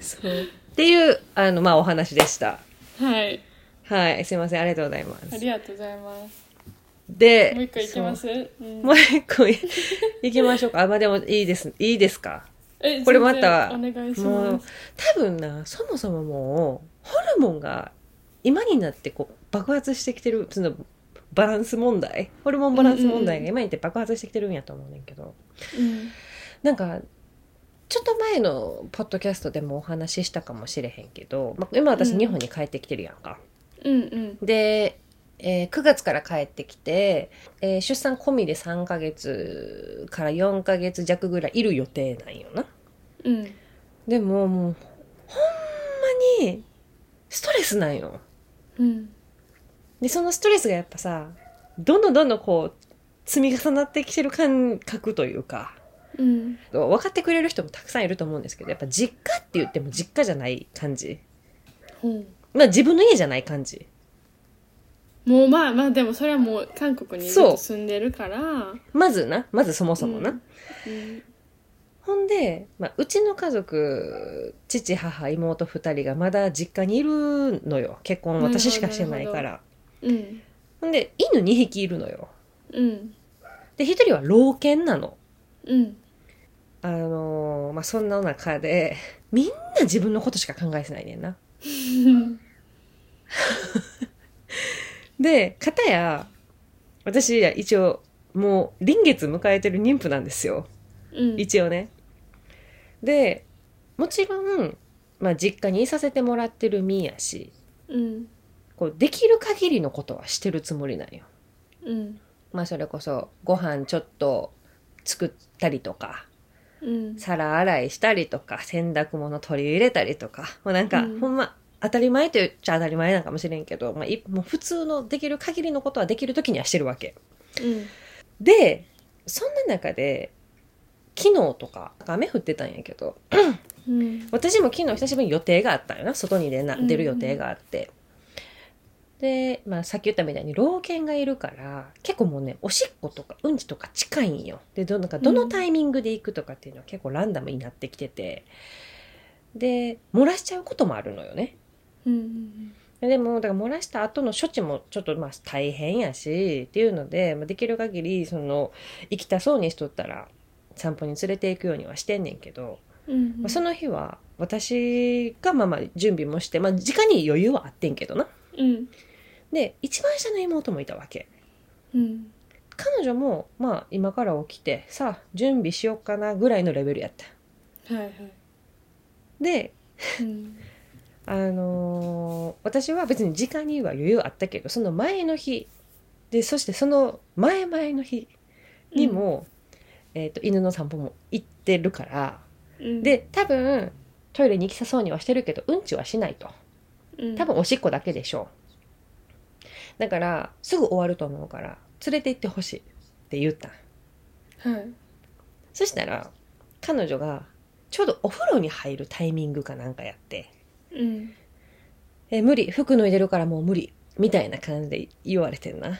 [SPEAKER 2] そうっていうあの、まあ、お話でした。
[SPEAKER 1] はい
[SPEAKER 2] はい、すいません、ありがとうございま
[SPEAKER 1] あ
[SPEAKER 2] す
[SPEAKER 1] り。がとうございます
[SPEAKER 2] で、
[SPEAKER 1] もう一個いきます、うん
[SPEAKER 2] そうもう一個い行きましょうか。あ、まあ、でもいいです。いいですか。
[SPEAKER 1] え
[SPEAKER 2] これまた
[SPEAKER 1] 全然お願いし
[SPEAKER 2] も
[SPEAKER 1] ま
[SPEAKER 2] う
[SPEAKER 1] す
[SPEAKER 2] 多分なそもそももうホルモンが今になってこう爆発してきてるそのバランス問題ホルモンバランス問題
[SPEAKER 1] うんうんう
[SPEAKER 2] が今になって爆発してきてるんやと思うねんけど、
[SPEAKER 1] うん
[SPEAKER 2] なんかちょっと前のポッドキャストでもお話ししたかもしれへんけど、まあ、今私
[SPEAKER 1] うん
[SPEAKER 2] 日本に帰ってきてるやんか。
[SPEAKER 1] うんうん
[SPEAKER 2] で、えー9月から帰ってきて、えー出産込みで3ヶ月から4ヶ月弱ぐらいいる予定なんよな。
[SPEAKER 1] うん
[SPEAKER 2] でももうほんまにストレスなんよ
[SPEAKER 1] うん
[SPEAKER 2] でそのストレスがやっぱさどんどんどんどんこう積み重なってきてる感覚というか
[SPEAKER 1] うん
[SPEAKER 2] 分かってくれる人もたくさんいると思うんですけどやっぱ実家って言っても実家じゃない感じ
[SPEAKER 1] ほう
[SPEAKER 2] まあ自分の家じゃない感じ
[SPEAKER 1] もうまあまあでもそれはもう韓国にずっと住んでるから
[SPEAKER 2] まずなまずそもそもな、
[SPEAKER 1] うん
[SPEAKER 2] ほんで、まあ、うちの家族父母妹2人がまだ実家にいるのよ結婚私しかしてないか
[SPEAKER 1] な
[SPEAKER 2] ら
[SPEAKER 1] うん
[SPEAKER 2] ほんで犬2匹いるのよ
[SPEAKER 1] うん
[SPEAKER 2] で1人は老犬なの
[SPEAKER 1] うん
[SPEAKER 2] あのーまあ、そんな中で、みんな自分のことしか考えてないねんな。で、かたや、私、一応、もう、臨月迎えてる妊婦なんですよ。
[SPEAKER 1] うん
[SPEAKER 2] 一応ね。で、もちろん、まあ、実家にいさせてもらってる身やし、
[SPEAKER 1] うん
[SPEAKER 2] こう、できる限りのことはしてるつもりなんよ。
[SPEAKER 1] うん
[SPEAKER 2] まあ、それこそ、ご飯ちょっと作ったりとか、
[SPEAKER 1] うん
[SPEAKER 2] 皿洗いしたりとか洗濯物取り入れたりとかもうなんか、
[SPEAKER 1] うん
[SPEAKER 2] ほんま当たり前と言っちゃ当たり前なんかもしれんけど、まあ、いもう普通のできる限りのことはできる時にはしてるわけ
[SPEAKER 1] うん
[SPEAKER 2] でそんな中で昨日とか雨降ってたんやけど
[SPEAKER 1] うん
[SPEAKER 2] 私も昨日久しぶりに予定があったんよな外に出な
[SPEAKER 1] うん
[SPEAKER 2] 出る予定があって、で、まあ、さっき言ったみたいに老犬がいるから結構もうねおしっことかうんちとか近いんよでどなんかどのタイミングで行くとかっていうのは結構ランダムになってきててで漏らしちゃうこともあるのよね
[SPEAKER 1] うん
[SPEAKER 2] でもだから漏らした後の処置もちょっとまあ大変やしっていうので、まあ、できる限りその行きたそうにしとったら散歩に連れて行くようにはしてんねんけど、
[SPEAKER 1] うん
[SPEAKER 2] まあその日は私がまあまあ準備もして、まあ、直に余裕はあってんけどな
[SPEAKER 1] うん
[SPEAKER 2] で一番下の妹もいたわけ
[SPEAKER 1] うん
[SPEAKER 2] 彼女もまあ今から起きてさあ準備しようかなぐらいのレベルやった
[SPEAKER 1] はいはい
[SPEAKER 2] で
[SPEAKER 1] うん
[SPEAKER 2] あのー私は別に時間には余裕あったけどその前の日でそしてその前々の日にも、えー、と犬の散歩も行ってるから
[SPEAKER 1] うん
[SPEAKER 2] で多分トイレに行きさそうにはしてるけどうんちはしないと
[SPEAKER 1] うん
[SPEAKER 2] 多分おしっこだけでしょうだからすぐ終わると思うから連れて行ってほしいって言った
[SPEAKER 1] はい
[SPEAKER 2] そしたら彼女がちょうどお風呂に入るタイミングかなんかやって
[SPEAKER 1] うん
[SPEAKER 2] 「え無理服脱いでるからもう無理」みたいな感じで言われてんな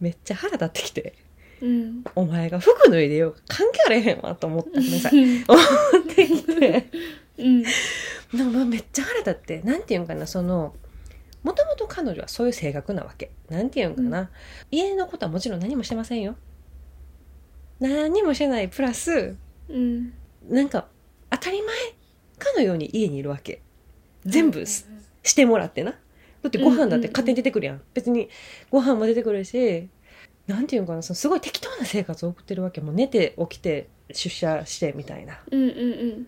[SPEAKER 2] めっちゃ腹立ってきて
[SPEAKER 1] うん
[SPEAKER 2] 「お前が服脱いでよ関係あれへんわ」と思ったごめ んなさい思ってきて
[SPEAKER 1] うん
[SPEAKER 2] でもまあめっちゃ腹立ってなんていうんかなそのもともと彼女はそういう性格なわけなんていうんかな、家のことはもちろん何もしてませんよ何もしてないプラス
[SPEAKER 1] うん
[SPEAKER 2] なんか当たり前かのように家にいるわけ全部すしてもらってなだってご飯だって勝手に出てくるやん、別にご飯も出てくるしなんていうんかなそのすごい適当な生活を送ってるわけもう寝て起きて出社してみたいな
[SPEAKER 1] うんうんうん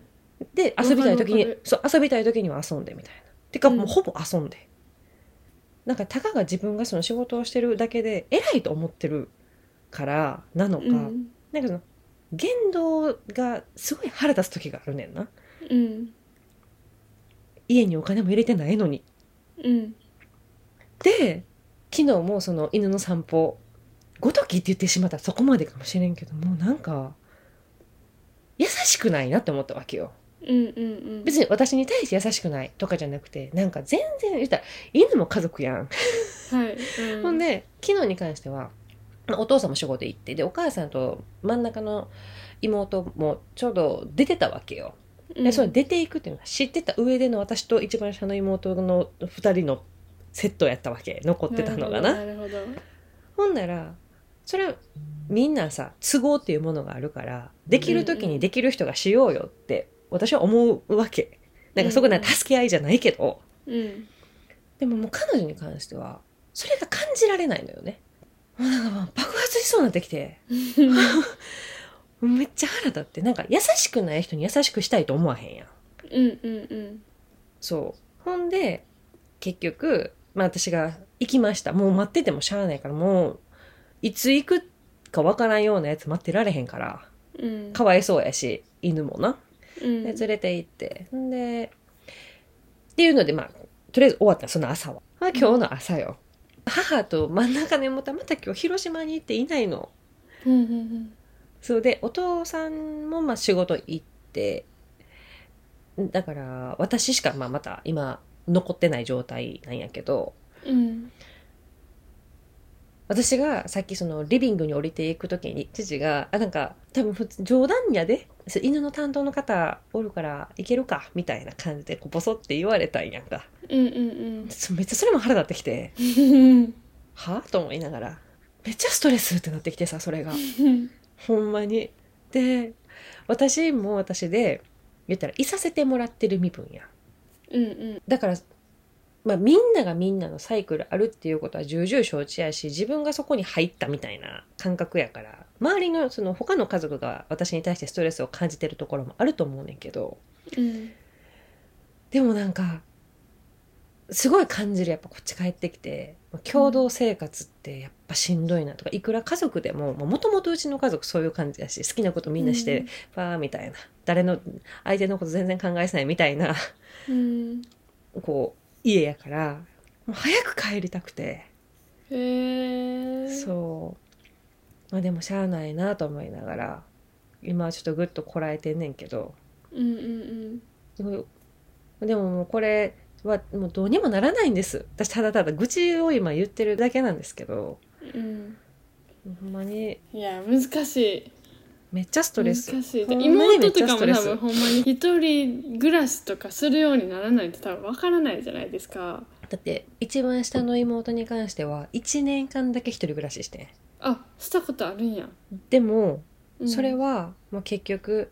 [SPEAKER 2] で遊びたい時
[SPEAKER 1] わか
[SPEAKER 2] に
[SPEAKER 1] る
[SPEAKER 2] そう遊びたい時には遊んでみたいなてか
[SPEAKER 1] うん
[SPEAKER 2] もうほぼ遊んで、なんかたかが自分がその仕事をしてるだけで偉いと思ってるからなのか、
[SPEAKER 1] うん
[SPEAKER 2] なんかその言動がすごい腹立つ時があるねんな
[SPEAKER 1] うん
[SPEAKER 2] 家にお金も入れてないのに
[SPEAKER 1] うん
[SPEAKER 2] で昨日もその犬の散歩ごときって言ってしまったらそこまでかもしれんけどもうなんか優しくないなって思ったわけよ
[SPEAKER 1] うんうんうん
[SPEAKER 2] 別に私に対して優しくないとかじゃなくてなんか全然言ったら犬も家族やん、
[SPEAKER 1] はいうん
[SPEAKER 2] ほんで昨日に関してはお父さんも仕事行ってでお母さんと真ん中の妹もちょうど出てたわけよ
[SPEAKER 1] うん
[SPEAKER 2] でその出ていくっていうのは知ってた上での私と一番下の妹の2人のセットやったわけ残ってたのがな
[SPEAKER 1] なるほどなる
[SPEAKER 2] ほんならそれみんなさ都合っていうものがあるからできる時にできる人がしようよって私は思うわけなんかそこな
[SPEAKER 1] うんうん
[SPEAKER 2] 助け合いじゃないけど、
[SPEAKER 1] ほどうん
[SPEAKER 2] でももう彼女に関してはそれが感じられないのよねもうなんかもう爆発しそうになってきてめっちゃ腹立ってなんか優しくない人に優しくしたいと思わへんやん
[SPEAKER 1] うんうんうん
[SPEAKER 2] そう。ほんで、結局、まあ私が行きました。もう待っててもしゃあないから、もう、いつ行くかわからんようなやつ待ってられへんから、
[SPEAKER 1] うん
[SPEAKER 2] かわいそうやし、犬もな。
[SPEAKER 1] うん
[SPEAKER 2] で、連れて行って。ほんで、っていうので、まあ、とりあえず終わった、その朝は。まあ今日の朝よ。母と真ん中の妹はまた今日広島に行っていないの。
[SPEAKER 1] うんうん
[SPEAKER 2] そうでお父さんもまあ仕事行ってだから私しかまあまた今残ってない状態なんやけど
[SPEAKER 1] うんうん
[SPEAKER 2] 私がさっきそのリビングに降りていく時に父があなんか多分普通冗談やでそう犬の担当の方おるから行けるかみたいな感じでこうボソって言われたんやんか
[SPEAKER 1] うんうん
[SPEAKER 2] そうめっちゃそれも腹立ってきて
[SPEAKER 1] うん
[SPEAKER 2] はあと思いながらめっちゃストレスってなってきてさそれが。ほんまに。で私も私で言ったらいさせてもらってる身分や
[SPEAKER 1] うんうん
[SPEAKER 2] だから、まあ、みんながみんなのサイクルあるっていうことは重々承知やし自分がそこに入ったみたいな感覚やから周りのその他の家族が私に対してストレスを感じてるところもあると思うねんけど
[SPEAKER 1] うん
[SPEAKER 2] でもなんかすごい感じるやっぱこっち帰ってきてまあ共同生活ってやっぱしんどいなとかいくら家族でももともとうちの家族そういう感じやし好きなことみんなしてファーみたいな誰の相手のこと全然考えてないみたいな
[SPEAKER 1] うん
[SPEAKER 2] こう家やからもう早く帰りたくて、
[SPEAKER 1] へえ
[SPEAKER 2] そうまあでもしゃあないなと思いながら今はちょっとぐっとこらえてんねんけど
[SPEAKER 1] うんうん
[SPEAKER 2] でもでももうこれはもうどうにもならないんです私ただただ愚痴を今言ってるだけなんですけど
[SPEAKER 1] うんうん
[SPEAKER 2] ほんまに
[SPEAKER 1] いや難しい
[SPEAKER 2] めっちゃストレス
[SPEAKER 1] 難しい
[SPEAKER 2] ほんまにめ
[SPEAKER 1] 妹
[SPEAKER 2] っち
[SPEAKER 1] とか
[SPEAKER 2] ゃス
[SPEAKER 1] も
[SPEAKER 2] トレ
[SPEAKER 1] 多
[SPEAKER 2] ス
[SPEAKER 1] 分ほんまに一人暮らしとかするようにならないと多分わからないじゃないですか
[SPEAKER 2] だって一番下の妹に関しては1年間だけ一人暮らししてん
[SPEAKER 1] あしたことあるんや、
[SPEAKER 2] でも
[SPEAKER 1] うん
[SPEAKER 2] それは、まあ、結局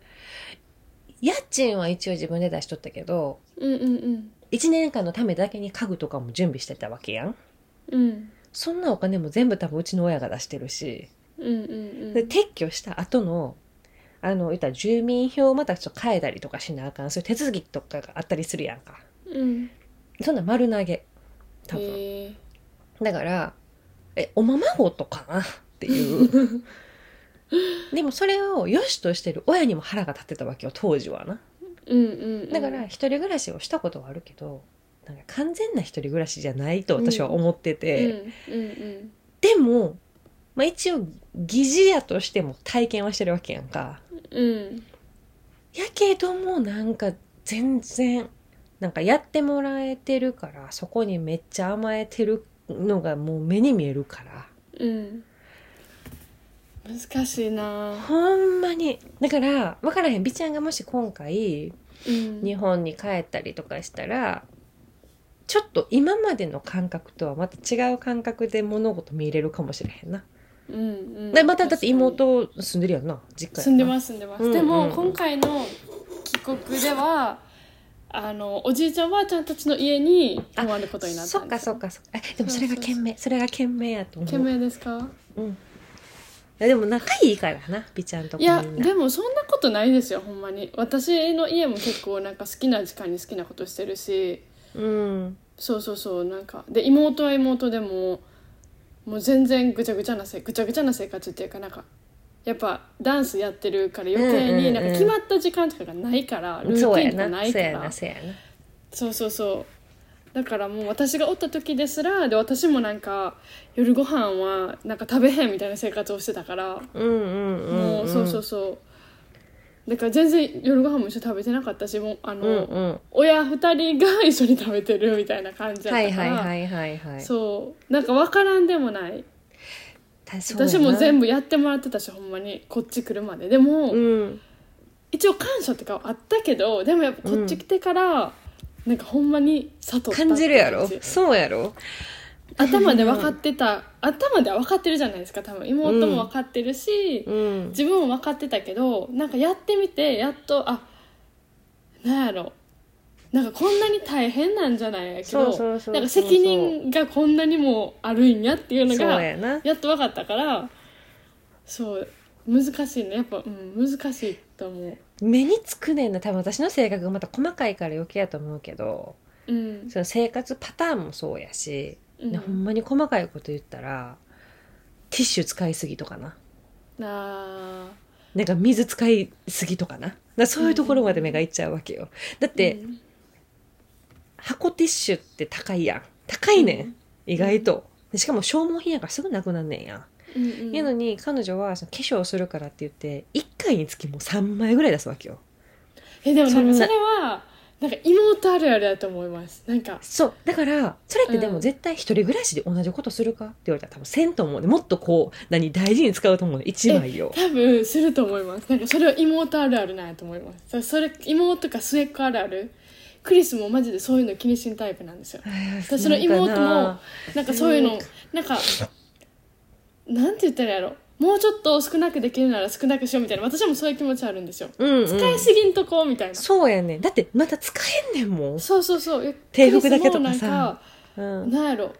[SPEAKER 2] 家賃は一応自分で出しとったけど
[SPEAKER 1] うんうんうん
[SPEAKER 2] 1年間のためだけに家具とかも準備してたわけやん
[SPEAKER 1] うん
[SPEAKER 2] そんなお金も全部多分うちの親が出してるし、
[SPEAKER 1] うんうんう
[SPEAKER 2] で
[SPEAKER 1] ん
[SPEAKER 2] 撤去した後のあの言ったら住民票をまたちょっと変えたりとかしなあかんそういう手続きとかがあったりするやんか
[SPEAKER 1] うん
[SPEAKER 2] そんなん丸投げ多分、
[SPEAKER 1] へ
[SPEAKER 2] だからえおままごとかなっていう
[SPEAKER 1] ー
[SPEAKER 2] でもそれを良しとしてる親にも腹が立ってたわけよ当時はな
[SPEAKER 1] うんうんうん
[SPEAKER 2] だから一人暮らしをしたことはあるけどなんか完全な一人暮らしじゃないと私は思って
[SPEAKER 1] うん
[SPEAKER 2] て、
[SPEAKER 1] うん
[SPEAKER 2] でも、まあ、一応疑似やとしても体験はしてるわけやんか
[SPEAKER 1] うん
[SPEAKER 2] やけどもなんか全然なんかやってもらえてるからそこにめっちゃ甘えてるのがもう目に見えるから
[SPEAKER 1] うんうん難しいな
[SPEAKER 2] ほんまにだから分からへん美ちゃんがもし今回
[SPEAKER 1] うん
[SPEAKER 2] 日本に帰ったりとかしたらちょっと今までの感覚とはまた違う感覚で物事見れるかもしれへんな。
[SPEAKER 1] うんうん
[SPEAKER 2] でまただっ
[SPEAKER 1] 確か
[SPEAKER 2] て妹住んでるやんな実家
[SPEAKER 1] に住んで
[SPEAKER 2] す
[SPEAKER 1] ます住んでます、
[SPEAKER 2] うん
[SPEAKER 1] で
[SPEAKER 2] う
[SPEAKER 1] も
[SPEAKER 2] ん
[SPEAKER 1] 今回の帰国ではあのおじいちゃんおばあちゃんたちの家に
[SPEAKER 2] あ
[SPEAKER 1] 泊まることになった
[SPEAKER 2] そっ
[SPEAKER 1] ん
[SPEAKER 2] か
[SPEAKER 1] です
[SPEAKER 2] そっかそっかえでもそれが懸命それが懸命やと思う
[SPEAKER 1] 懸命ですか
[SPEAKER 2] うんいやでも仲いいからな美ちゃんとこ
[SPEAKER 1] い
[SPEAKER 2] みんな
[SPEAKER 1] やでもそんなことないですよほんまに私の家も結構なんか好きな時間に好きなことしてるし
[SPEAKER 2] うん
[SPEAKER 1] そうそうそうなんかで妹は妹でももう全然ぐちゃぐちゃなせぐちゃぐちゃな生活っていうかなんかやっぱダンスやってるから余計
[SPEAKER 2] うんうんうん
[SPEAKER 1] になんか決まった時間とかがないから、ルー
[SPEAKER 2] そう
[SPEAKER 1] ティ
[SPEAKER 2] や
[SPEAKER 1] ンとかな
[SPEAKER 2] ないそ
[SPEAKER 1] か
[SPEAKER 2] うや
[SPEAKER 1] ら
[SPEAKER 2] なそうやな
[SPEAKER 1] そうそうそうだからもう私がおった時ですらで私もなんか夜ご飯はなんか食べへんみたいな生活をしてたから
[SPEAKER 2] うんうんうん
[SPEAKER 1] もうそうそうそうだから全然夜ご飯も一緒に食べてなかったしもうあの、
[SPEAKER 2] うんうん
[SPEAKER 1] 親2人が一緒に食べてるみたいな感じだ
[SPEAKER 2] は
[SPEAKER 1] っ
[SPEAKER 2] い
[SPEAKER 1] たか
[SPEAKER 2] はい
[SPEAKER 1] ら、
[SPEAKER 2] はいはいはい
[SPEAKER 1] そうなんか分からんでもない
[SPEAKER 2] たそうやな
[SPEAKER 1] 私も全部やってもらってたしほんまにこっち来るまででも、
[SPEAKER 2] うん
[SPEAKER 1] 一応感謝とかはあったけどでもやっぱこっち来てから、なんかほんまに悟ったって
[SPEAKER 2] 感じるやろ
[SPEAKER 1] 感じ
[SPEAKER 2] そうやろ
[SPEAKER 1] 頭で分かってた頭では分かってるじゃないですか多分妹も分かってるし、
[SPEAKER 2] うん
[SPEAKER 1] 自分も分かってたけどなんかやってみてやっとあなんやろなんかこんなに大変なんじゃないやけ
[SPEAKER 2] そ
[SPEAKER 1] ど
[SPEAKER 2] うそうそう
[SPEAKER 1] なんか責任がこんなにもあるんやっていう
[SPEAKER 2] そ
[SPEAKER 1] の
[SPEAKER 2] う
[SPEAKER 1] が
[SPEAKER 2] やな
[SPEAKER 1] やっと分かったからそう難しいねやっぱ、うん、難しいと思
[SPEAKER 2] 目につくねんな多分私の性格がまた細かいから余計やと思うけど
[SPEAKER 1] う、うん
[SPEAKER 2] その生活パターンもそうやし、
[SPEAKER 1] うん
[SPEAKER 2] ねほんまに細かいこと言ったらティッシュ使いすぎとかな
[SPEAKER 1] あ
[SPEAKER 2] なんか水使いすぎとかなだからそういうところまで目がいっちゃうわけよだっ
[SPEAKER 1] ー
[SPEAKER 2] て、
[SPEAKER 1] うん
[SPEAKER 2] 箱ティッシュって高いやん高いねん、
[SPEAKER 1] うん
[SPEAKER 2] 意外とでしかも消耗品やからすぐなくなんねんや
[SPEAKER 1] う
[SPEAKER 2] ん、
[SPEAKER 1] んうん
[SPEAKER 2] やのに彼女はその化粧するからって言って1回につきもう3枚ぐらい出すわけよ
[SPEAKER 1] えでも
[SPEAKER 2] そ
[SPEAKER 1] なんんか
[SPEAKER 2] な
[SPEAKER 1] それはなんか妹あるあるだと思いますなんか
[SPEAKER 2] そうだからそれってで
[SPEAKER 1] う
[SPEAKER 2] も
[SPEAKER 1] ん
[SPEAKER 2] 絶対一人暮らしで同じことするかって言われたら多分せんと思うねもっとこう何大事に使うと思うね1枚を
[SPEAKER 1] 多分すると思いますなんかそれは妹あるあるなんやと思いますそそれ妹か末っ子あるあるクリスもマジでそういうの気にしんタイプなんですよ私の妹もなんかそういうのなんかなんて言ったらいいやろもうちょっと少なくできるなら少なくしようみたいな私もそういう気持ちあるんですよ
[SPEAKER 2] うん、うん、
[SPEAKER 1] 使いすぎんとこみたいな、
[SPEAKER 2] そうやねんだってまた使えんねんもん、
[SPEAKER 1] そうそうそう
[SPEAKER 2] 定額だけとかさ
[SPEAKER 1] クリスもなんか
[SPEAKER 2] うん、
[SPEAKER 1] なんやろ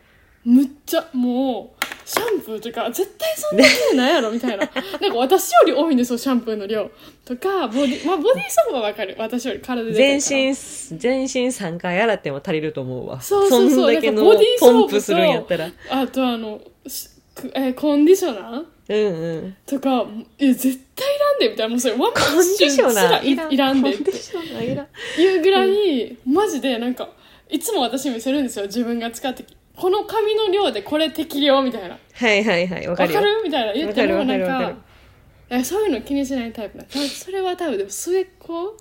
[SPEAKER 1] むっちゃもうシャンプーとか絶対そんな量ないやろみ たいななんか私より多いんですよシャンプーの量とかボディまあボディーソープはわかる私より体でか
[SPEAKER 2] 全
[SPEAKER 1] いから
[SPEAKER 2] 身全身3回洗っても足りると思うわ
[SPEAKER 1] そうそうそうん
[SPEAKER 2] だけの
[SPEAKER 1] なんかボディーソープと
[SPEAKER 2] ポンプするんやったら
[SPEAKER 1] あとあのしくえーコンディショナー
[SPEAKER 2] うんうん
[SPEAKER 1] とかえ絶対いらんでみたいなもうそれワンパ
[SPEAKER 2] コンディショ
[SPEAKER 1] す
[SPEAKER 2] ナ
[SPEAKER 1] ら
[SPEAKER 2] ー
[SPEAKER 1] いいらんで
[SPEAKER 2] コ
[SPEAKER 1] っ
[SPEAKER 2] ンデ
[SPEAKER 1] て
[SPEAKER 2] ィショナーいらん
[SPEAKER 1] いうぐらい、マジでなんかいつも私見せるんですよ自分が使ってきこの髪の量でこれ適量みたいな
[SPEAKER 2] はいはいはいわ
[SPEAKER 1] わか
[SPEAKER 2] か
[SPEAKER 1] る
[SPEAKER 2] るよ
[SPEAKER 1] みたいな言っても
[SPEAKER 2] わ
[SPEAKER 1] な
[SPEAKER 2] か
[SPEAKER 1] ん
[SPEAKER 2] る
[SPEAKER 1] か
[SPEAKER 2] わかるわか
[SPEAKER 1] えそういうの気にしないタイプなんだそれは多分でも末っ子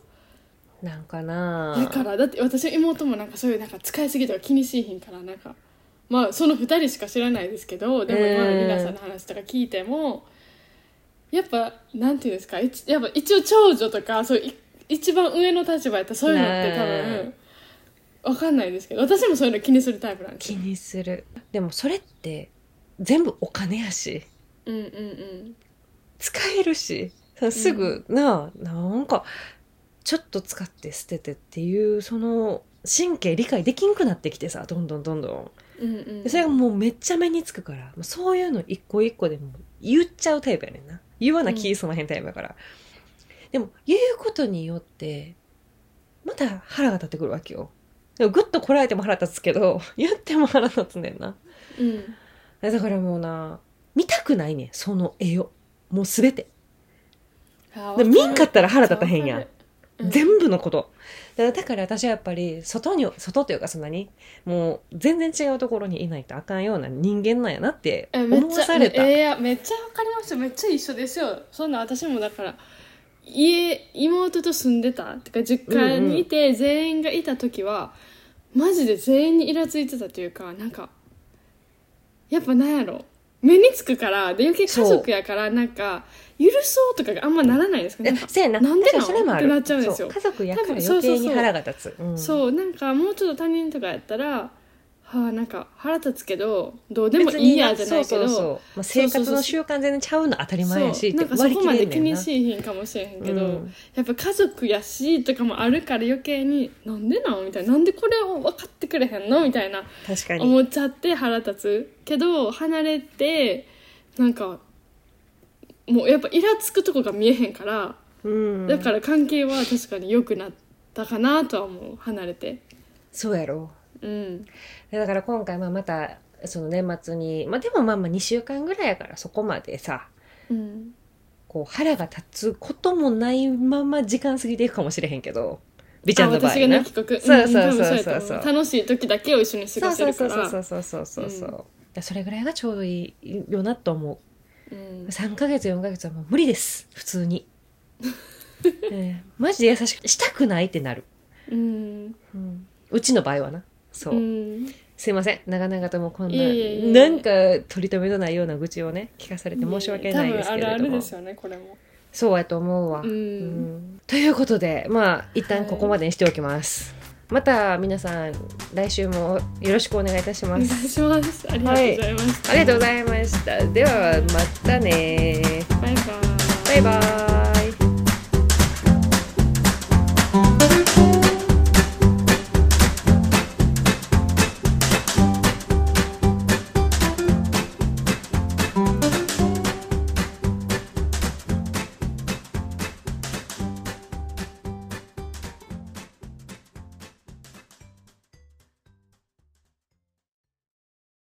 [SPEAKER 2] なんかな
[SPEAKER 1] だからだって私の妹もなんかそういうなんか使いすぎとか気にしいひんからなんかまあその2人しか知らないですけどでも今の皆さんの話とか聞いてもやっぱなんていうんですかいちやっぱ一応長女とかそうい一番上の立場やったらそういうのって多
[SPEAKER 2] ね
[SPEAKER 1] 分わかんないですけど私もそういうの気にするタイプなんです
[SPEAKER 2] 気
[SPEAKER 1] よ。
[SPEAKER 2] にするでもそれって全部お金やし
[SPEAKER 1] うんうんうん
[SPEAKER 2] 使えるしさすぐ、なあなんかちょっと使って捨ててっていうその神経理解できんくなってきてさどんどんどんどん
[SPEAKER 1] うんうん
[SPEAKER 2] でそれがもうめっちゃ目につくからもうそういうの一個一個でも言っちゃうタイプやねんな言わなきその辺タイプやから、でも言うことによってまた腹が立ってくるわけよでもグッとこらえても腹立つけど 言っても腹立つねんな
[SPEAKER 1] うん
[SPEAKER 2] えだからもうな見たくないねんその絵をもう全て
[SPEAKER 1] あ
[SPEAKER 2] で
[SPEAKER 1] ー
[SPEAKER 2] 見んかったら腹立たへんやん
[SPEAKER 1] わかるうん
[SPEAKER 2] 全部のことだからだから私はやっぱり外に外というかそんなにもう全然違うところにいないとあかんような人間なんやなって
[SPEAKER 1] えめっ
[SPEAKER 2] 思
[SPEAKER 1] ち
[SPEAKER 2] わ
[SPEAKER 1] ゃ
[SPEAKER 2] された、
[SPEAKER 1] ええやめっちゃわかりますよめっちゃ一緒ですよそんな私もだから家妹と住んでたてか実家にいて全員がいた時は、マジで全員にイラついてたというかなんかやっぱなんやろ目につくからで余計家族やからなんか許そうとかがあんまならないですかなんか
[SPEAKER 2] せやな
[SPEAKER 1] なんでなん
[SPEAKER 2] 確かにそれもある
[SPEAKER 1] ってなっちゃうんですよ
[SPEAKER 2] そう家族やから
[SPEAKER 1] 多分そ
[SPEAKER 2] 余
[SPEAKER 1] うそうそう
[SPEAKER 2] 計に腹が立つうん
[SPEAKER 1] そうなんかもうちょっと他人とかやったらはあなんか腹立つけどどうでもいいやじゃないけ
[SPEAKER 2] 別にそうそう
[SPEAKER 1] ど
[SPEAKER 2] そうまあ、生活の習慣全然ちゃうの当たり前やし
[SPEAKER 1] そうなんかそこまで気にし
[SPEAKER 2] い
[SPEAKER 1] いひんかもしれへんけど、
[SPEAKER 2] うん
[SPEAKER 1] やっぱ家族やしとかもあるから余計になんでなんみたいななんでこれを分かってくれへんのみたいな
[SPEAKER 2] 確かに
[SPEAKER 1] 思っちゃって腹立つけど離れてなんかもうやっぱイラつくとこが見えへんから、
[SPEAKER 2] うん
[SPEAKER 1] だから関係は確かに良くなったかなとは思う離れて
[SPEAKER 2] そうやろ
[SPEAKER 1] うん
[SPEAKER 2] でだから今回まあまたその年末にまあでもまあまあ2週間ぐらいやからそこまでさ
[SPEAKER 1] うん
[SPEAKER 2] こう腹が立つこともないまま時間過ぎていくかもしれへんけど美ちゃんの場合
[SPEAKER 1] あ私がね
[SPEAKER 2] な
[SPEAKER 1] 帰国
[SPEAKER 2] そうそう
[SPEAKER 1] 多分
[SPEAKER 2] そうそう
[SPEAKER 1] やと思
[SPEAKER 2] そう
[SPEAKER 1] 楽しい時だけを一緒に過
[SPEAKER 2] そう
[SPEAKER 1] ごせ
[SPEAKER 2] そう
[SPEAKER 1] る
[SPEAKER 2] そ
[SPEAKER 1] か
[SPEAKER 2] う
[SPEAKER 1] ら
[SPEAKER 2] そうそうそうそうそう、
[SPEAKER 1] うん
[SPEAKER 2] だそれぐらいがちょうどいいよなと思
[SPEAKER 1] う
[SPEAKER 2] う
[SPEAKER 1] ん
[SPEAKER 2] 3ヶ月4ヶ月はもう無理です普 通に、えーマジで優しくしたくないってなる、
[SPEAKER 1] うん
[SPEAKER 2] うちの場合はなそう、
[SPEAKER 1] うん
[SPEAKER 2] すいません長々ともこんない
[SPEAKER 1] えいえいえ
[SPEAKER 2] なんか取り留めのないような愚痴をね聞かされて申し訳ないですけれども
[SPEAKER 1] 多分あるあるですよねこれも
[SPEAKER 2] そうやと思うわ。
[SPEAKER 1] うん
[SPEAKER 2] んということでまあ一旦ここまでにしておきます。また皆さん来週もよろしくお願いいたし
[SPEAKER 1] お
[SPEAKER 2] ま
[SPEAKER 1] 願い
[SPEAKER 2] す。
[SPEAKER 1] します。ありがとうございました。
[SPEAKER 2] ありがとうございました。ではまたね
[SPEAKER 1] バイバイ。
[SPEAKER 2] バイバイ。